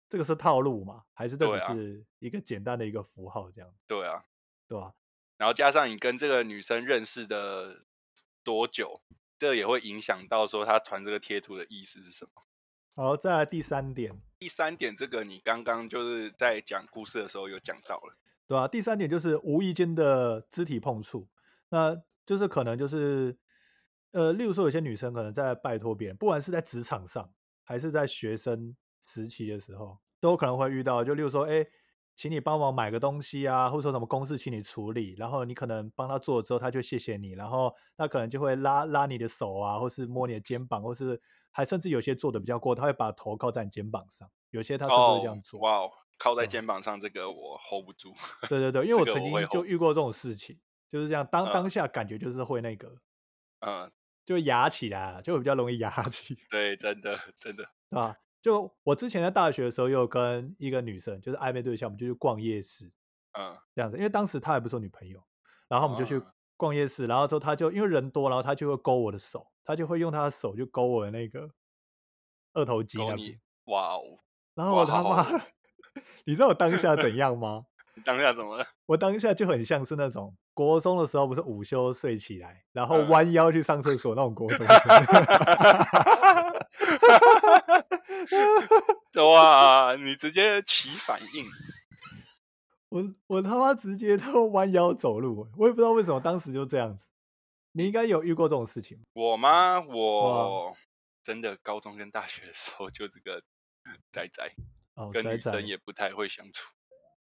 这个是套路嘛，还是这对只啊，是一个简单的一个符号这样，对啊。对吧、然后加上你跟这个女生认识的多久，这也会影响到说她传这个贴图的意思是什么。好，再来第三点，第三点，这个你刚刚就是在讲故事的时候有讲到了。对吧、第三点就是无意间的肢体碰触，那就是可能就是，呃，例如说有些女生可能在拜托别人，不管是在职场上还是在学生时期的时候，都有可能会遇到。就例如说，哎，请你帮忙买个东西啊，或者说什么公事请你处理，然后你可能帮他做了之后，他就谢谢你，然后他可能就会拉拉你的手啊，或是摸你的肩膀，或是还甚至有些做的比较过，他会把头靠在你肩膀上，有些他甚至会哦，这样做，嗯哇哦，靠在对吧？肩膀上这个我 hold 不住，对对对，因为这个我曾我会经就 hold 不遇住。过这种事情，就是这样，当嗯当下感觉就是会那个，嗯，就压起来啊了，就比较容 易压起，对，真的真的，对吧？就我之前在大学的时候，又跟一个女生，就是暧昧对象，我们就去逛夜市嗯这样子，因为当时她还不是我女朋友，然后我们就去啊。逛夜市，然后之后她就因为人多，然后她就会勾我的手，她就会用她的手就勾我的那个二头肌狗那你，边，哇哦，然后哇我他妈，哦， 你知道我当下怎样吗？你当下怎么了？ 我当下就很像是那种国中的时候，不是午休睡起来，然后嗯，弯腰去上厕所那种国中生。 哇，你直接起反应，我我他妈直接都弯腰走路，欸我也不知道为什么当时就这样子。你应该有遇过这种事情我吗？哇？我真的高中跟大学的时候就这个仔仔，哦，跟仔女生仔，也不太会相处。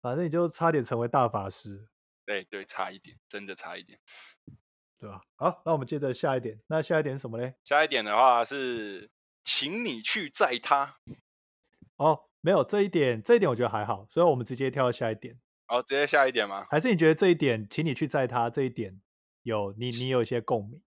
反正你就差点成为大法师，对对，差一点，真的差一点。对吧？好，那我们接着下一点，那下一点是什么嘞？下一点的话是，请你去载他，哦，没有这一点，这一点我觉得还好，所以我们直接跳到下一点。好，直接下一点吗？还是你觉得这一点，请你去载他这一点有你你有一些共鸣？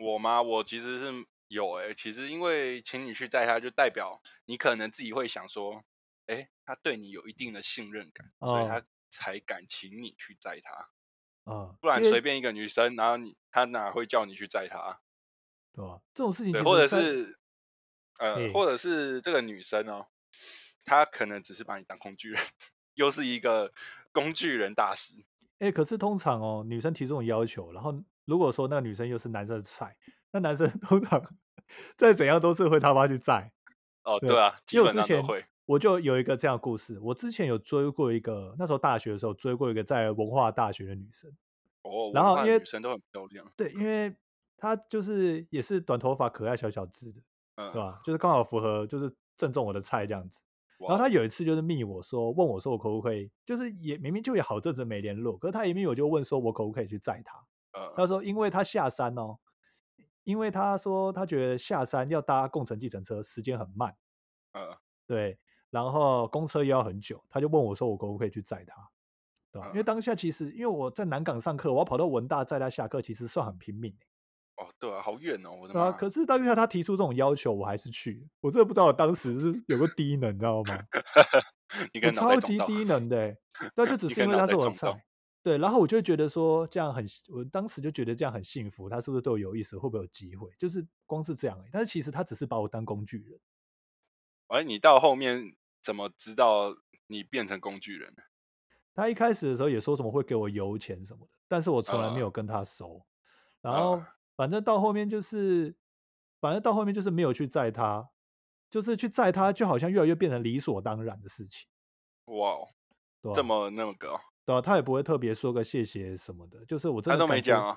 我吗？我其实是有诶、其实因为请你去载他，就代表你可能自己会想说，诶、他对你有一定的信任感，所以哦、他才敢请你去载她，啊，不然因为随便一个女生，然后你她哪会叫你去载她？啊对吧？这种事情其对，实或者在是呃，嘿或者是这个女生哦，她可能只是把你当工具人， 又是一个工具人大师。哎、可是通常哦，女生提这种要求，然后如果说那个女生又是男生的菜，那男生 通常再怎样都是会他妈去载。哦，对对啊，基因为我本之上前都会。我就有一个这样的故事，我之前有追过一个，那时候大学的时候追过一个在文化大学的女生，哦，文然后化因为女生都很漂亮，对，因为她就是也是短头发、可爱、小小只的，嗯，对吧？就是刚好符合，就是正中我的菜这样子。哇然后哦他有一次就是密我说，问我说我可不可以，就是也明明就也好阵子没联络，可是他一密我就问说我可不可以去载他？呃，他说因为他下山哦，因为他说他觉得下山要搭共乘计程车时间很慢，呃，对，然后公车也要很久，他就问我说我可不可以去载他，对吧？因为嗯当下其实因为我在南港上课，我要跑到文大载他下课，其实算很拼命、哦，对啊，好远哦，我的啊！妈！可是当下他提出这种要求，我还是去了。我真的不知道我当时是有个低能，你知道吗？你我跟脑袋撞超级到，低能的、欸，那就只你是因跟为脑他袋是我的撞到菜。对，然后我就觉得说这样很，我当时就觉得这样很幸福，他是不是对我有意思，会不会有机会？就是光是这样、欸，但是其实他只是把我当工具人。而哎你到后面怎么知道你变成工具人呢？他一开始的时候也说什么会给我油钱什么的，但是我从来没呃有跟他熟。然呃后反正到后面就是，反正到后面就是没有去载他，就是去载他就好像越来越变成理所当然的事情，哇哦，对吧、这么那个哦，对啊，他也不会特别说个谢谢什么的，就是我真他的都感没觉讲啊。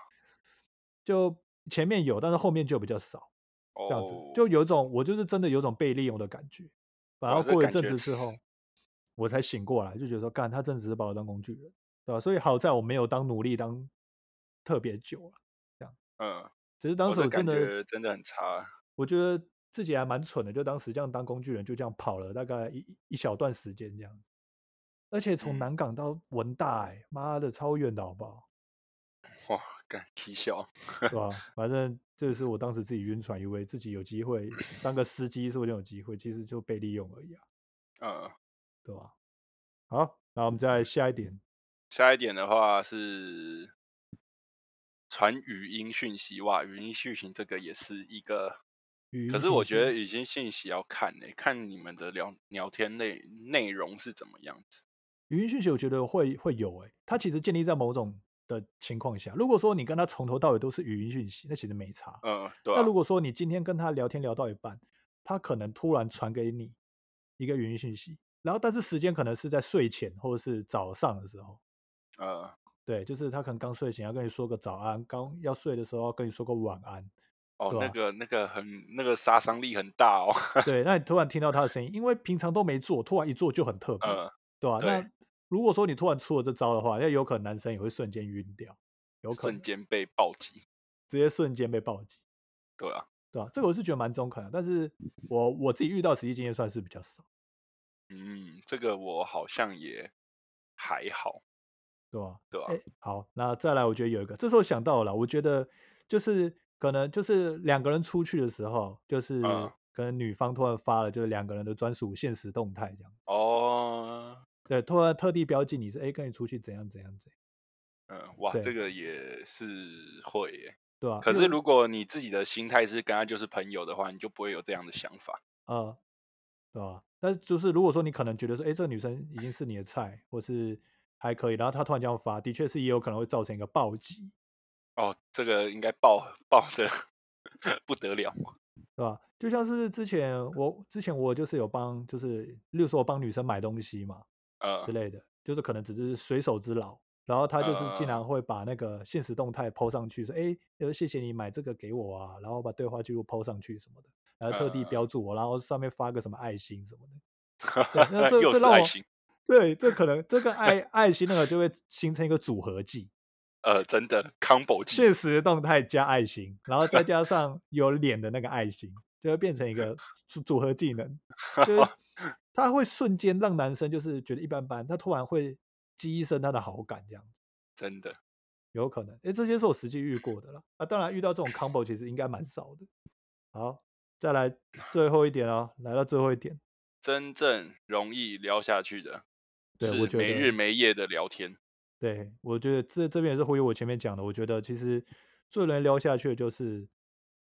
就前面有，但是后面就比较少，这样子哦，就有一种我就是真的有种被利用的感觉。然哇后这过一感阵觉子之后，我才醒过来，就觉得说，干他真的只是把我当工具人，对吧、所以好在我没有当奴隶当特别久了，嗯，只是当我时这我真感的觉真的很差啊。我觉得自己还蛮蠢的，就当时这样当工具人，就这样跑了大概一一小段时间这样子。而且从嗯，南港到文大、欸，妈的超远的好不好？哇，干啼笑，对吧？反正这是我当时自己晕船，以为自己有机会当个司机，说不定有机会，其实就被利用而已啊，呃，对吧？好，那我们再下一点，下一点的话是传语音讯息，哇，语音讯息这个也是一个，语可音是讯我觉得息。语音讯息要看呢、看你们的聊聊天内内容是怎么样子。语音讯息我觉得会会有诶、它其实建立在某种的情况下。如果说你跟他从头到尾都是语音讯息，那其实没差。嗯，对那啊如，果说你今天跟他聊天聊到一半，他可能突然传给你一个语音讯息，然后但是时间可能是在睡前或者是早上的时候，呃，对，就是他可能刚睡醒，要跟你说个早安；刚要睡的时候，要跟你说个 晚安，哦，对啊那吧、个那个很那个杀伤力很大哦。对，那你突然听到他的声音，因为平常都没做，突然一做就很特别，呃，对吧、对，那如果说你突然出了这招的话，那有可能男生也会瞬间晕掉，有可瞬能间被暴击。直接瞬间被暴击，对啊，对吧、这个我是觉得蛮中肯的，但是我我自己遇到实际经验算是比较少，嗯，这个我好像也还好，对吧？对啊，哎，好，那再来，我觉得有一个，这时候想到了啦，我觉得就是可能就是两个人出去的时候，就是呃，可能女方突然发了就是两个人的专属现实动态这样，哦，对，突然特地标记你是哎、诶跟你出去怎样怎样怎样，嗯，哇，这对个也是会耶。对吧？可因为是我如果你自己的心态是跟他就是朋友的话，你就不会有这样的想法。呃，对吧？但是就是如果说你可能觉得说，哎、这个女生已经是你的菜，或是还可以，然后她突然这样发，的确是也有可能会造成一个暴击，哦，这个应该爆爆的 不得了。对吧？就像是之前我之前我就是有帮，就是例如说我帮女生买东西嘛呃之类的，就是可能只是随手之劳，然后她就是竟呃然会把那个现实动态 PO 上去，说，哎、呃谢谢你买这个给我啊，然后把对话记录 PO 上去什么的，然后特地标呃，注我，然后上面发个什么爱心什么的。对，那这又这是让爱我，心。对，这可能这跟爱爱心那个就会形成一个组合技，呃，真的 combo 技。现实动态加爱心，然后再加上有脸的那个爱心，就会变成一个组组合技能，就是它会瞬间让男生就是觉得一般般，他突然会激生他的好感，这样真的，有可能。诶，这些是我实际遇过的啦。啊，当然遇到这种 combo 其实应该蛮少的。好，再来最后一点哦，来到最后一点，真正容易聊下去的对我是觉没日得没夜的聊天。对，我觉得这这边也是呼应我前面讲的，我觉得其实最能聊下去的就是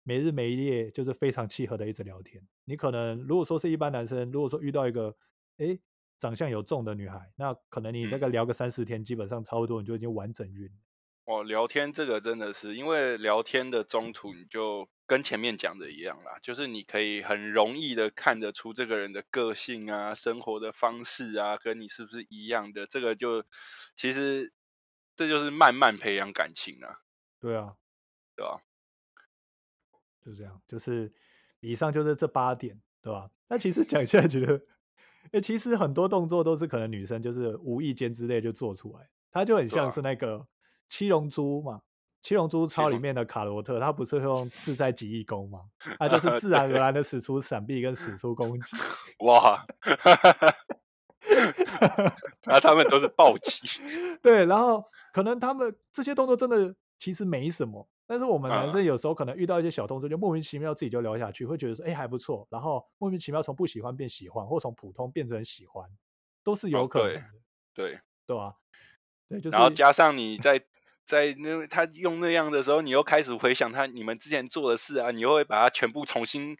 没日没夜，就是非常契合的一直聊天。你可能如果说是一般男生，如果说遇到一个诶长相有重的女孩，那可能你大嗯，概聊个三四天，基本上差不多你就已经完整晕了。哦，聊天这个真的是，因为聊天的中途你就跟前面讲的一样啦，就是你可以很容易的看得出这个人的个性啊、生活的方式啊，跟你是不是一样的。这个就其实这就是慢慢培养感情啊，对啊，对吧？就这样，就是以上就是这八点，对吧？那其实讲下来觉得，诶，其实很多动作都是可能女生就是无意间之内就做出来，它就很对像啊，是那个七龙珠嘛，七龙珠七超里龙，面的卡罗特，他不是会用自在极意功吗？他就 是自然而对，然的使出闪避跟使出攻击，哇， 那他们都是暴击，对，然后可能他们这些动作真的其实没什么，但是我们男嗯，生有时候可能遇到一些小动作，就莫名其妙自己就聊下去，会觉得说，哎，还不错，然后莫名其妙从不喜欢变喜欢，或从普通变成喜欢，都是有哦，可对能的，对，对吧？对，就然后是加上你在在那他用那样的时候，你又开始回想他你们之前做的事啊，你又会把它全部重新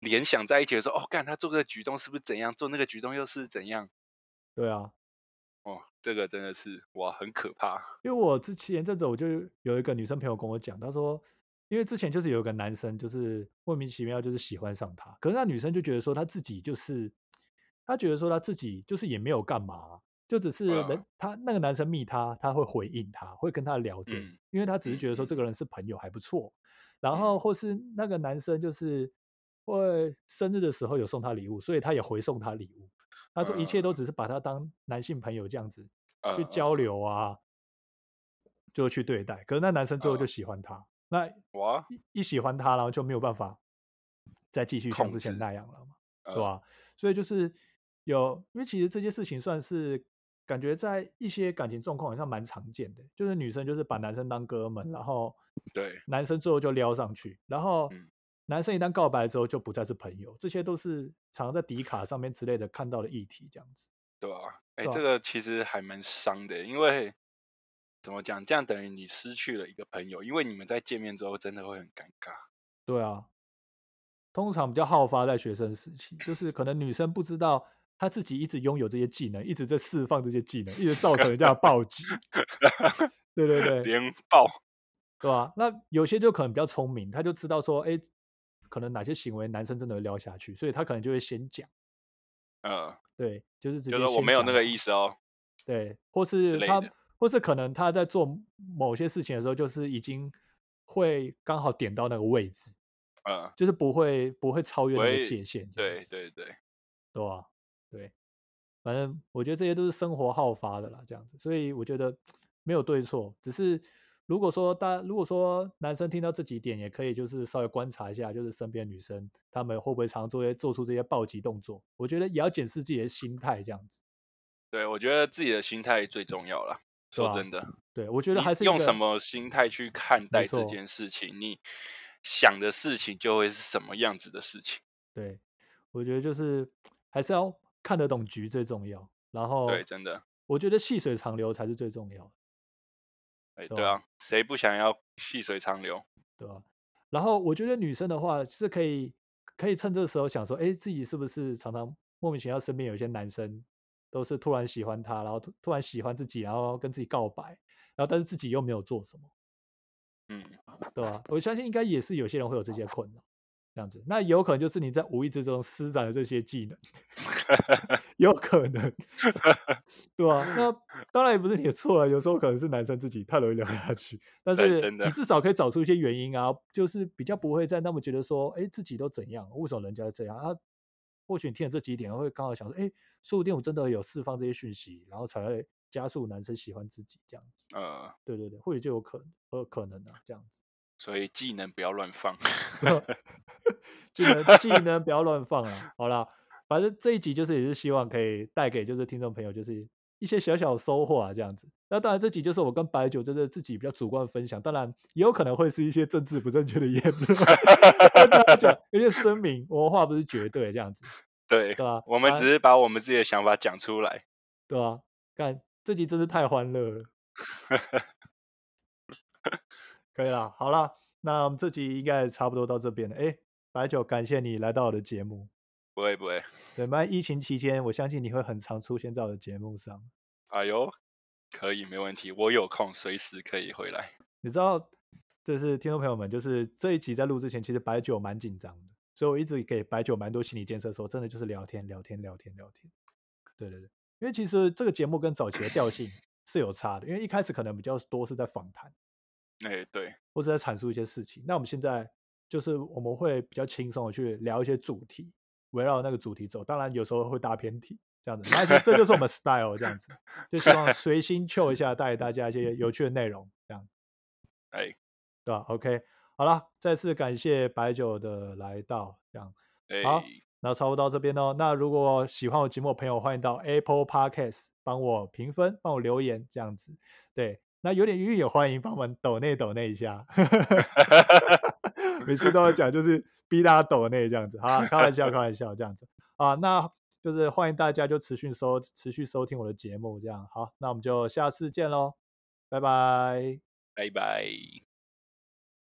联想在一起的时候，哦，干他做这个举动是不是怎样，做那个举动又是怎样，对啊，哦，这个真的是哇，很可怕，因为我之前阵子我就有一个女生朋友跟我讲，她说，因为之前就是有一个男生就是莫名其妙就是喜欢上她，可是那女生就觉得说她自己就是，她觉得说她自己就是也没有干嘛，就只是嗯人她那个男生密她，她会回应他，会跟他聊天，嗯因为她只是嗯觉得说嗯这个人是朋友还不错，然嗯，后或是那个男生就是会生日的时候有送她礼物，所以她也回送她礼物。她说一切都呃只是把她当男性朋友这样子呃去交呃流啊。就去对待。可是那男生最后就呃，喜欢她，那哇，一一喜欢她，然后就没有办法再继续像控之前制，那样了嘛，对呃吧、所以就是有，因为其实这些事情算是感觉在一些感情状况好像蛮常见的，就是女生就是把男生当哥们，然嗯后对，男生最后就撩上去，然后嗯男生一旦告白之后就不再是朋友，这些都是常在迪卡上面之类的看到的议题，这样子，对吧？哎，对吧、这个其实还蛮伤的，因为。怎么讲？这样等于你失去了一个朋友，因为你们在见面之后真的会很尴尬。对啊，通常比较好发在学生时期，就是可能女生不知道她自己一直拥有这些技能，一直在释放这些技能，一直造成人家的暴击。 对对对，连爆，对吧、那有些就可能比较聪明，他就知道说，哎，可能哪些行为男生真的会撩下去，所以他可能就会先讲，呃，对，就是直就接说我先没有那讲个好，意思哦对，或之是类他，的。或是可能他在做某些事情的时候，就是已经会刚好点到那个位置，嗯，就是不会不会超越那个喂，界限这样对子，对对，对吧、对。反正我觉得这些都是生活好发的啦，这样子，所以我觉得没有对错，只是如果说大，如果说男生听到这几点，也可以就是稍微观察一下，就是身边女生她们会不会常做些做出这些暴击动作，我觉得也要检视自己的心态，这样子，对我觉得自己的心态最重要啦。对说吧？真的，对，我觉得你还是一用什个，么心态去看没待这错，件事情，你想的事情就会是什么样子的事情。对，我觉得就是还是要看得懂局最重要，然对，后真的，我觉得细水长流才是最重要的，哎，对对吧？啊，谁不想要细水长流？对吧？然后我觉得女生的话是可以可以趁这时候想说，哎，自己是不是常常莫名其妙身边有一些男生都是突然喜欢他，然后突突然喜欢自己，然后跟自己告白，然后但是自己又没有做什么，嗯，对吧？我相信应该也是有些人会有这些困扰，这样子，那有可能就是你在无意之中施展了这些技 能，有可能，对吧？那当然也不是你的错啊，有时候可能是男生自己太容易聊下去，但对，是真你的，至少可以找出一些原因啊，就是比较不会再那么觉得说，哎，自己都怎样，为什么人家这样啊？或许你听了这几点，会刚好想说，哎，说不定我真的有释放这些讯息，然后才会加速男生喜欢自己这样子。呃，对对对，或许就有可能，呃，可能啊，这样子，所以技能不要乱放。 对吧？技能技能不要乱放了。好啦，反正这一集就是也是希望可以带给就是听众朋友就是一些小小的收获啊，这样子。那当然这集就是我跟白酒就是自己比较主观的分享，当然也有可能会是一些政治不正确的言论， 跟大家讲有些声明，我们话不是绝对这样子，对，对吧？我们啊，只是把我们自己的想法讲出来。对啊，干这集真是太欢 乐了，可以啦，好啦，那我们这集应该也差不多到这边了。哎，白酒，感谢你来到我的节目。不会不会，对，那疫情期间，我相信你会很常出现在我的节目上。哎呦，可以没问题，我有空随时可以回来。 你知道，就是听众朋友们，就是这一集在录之前，其实白酒蛮紧张的，所以我一直给白酒蛮多心理建设，说真的就是聊天聊天聊天聊天。对对对，因为其实这个节目跟早期的调性是有差的，因为一开始可能比较多是在访谈哎、对，或者在阐述一些事情，那我们现在就是我们会比较轻松的去聊一些主题，围绕那个主题走，当然有时候会搭偏题。这样子，那这这就是我们 style 这样子，就希望随心 chill 一下，带给大家一些有趣的内容，这样。哎、对吧、o k 好了，再次感谢白酒的来到，这样，哎、好那差不多到这边哦。那如果喜欢我节目的朋友，欢迎到 Apple Podcast 帮我评分，帮我留言，这样子。对，那有点余裕也欢迎帮我们抖内抖内一下。哎 每次都要讲，就是逼大家抖内这样子。好啦，开玩笑，开玩笑，这样子啊。那就是欢迎大家就持续收持续收听我的节目，这样。好，那我们就下次见喽，拜拜。 拜拜。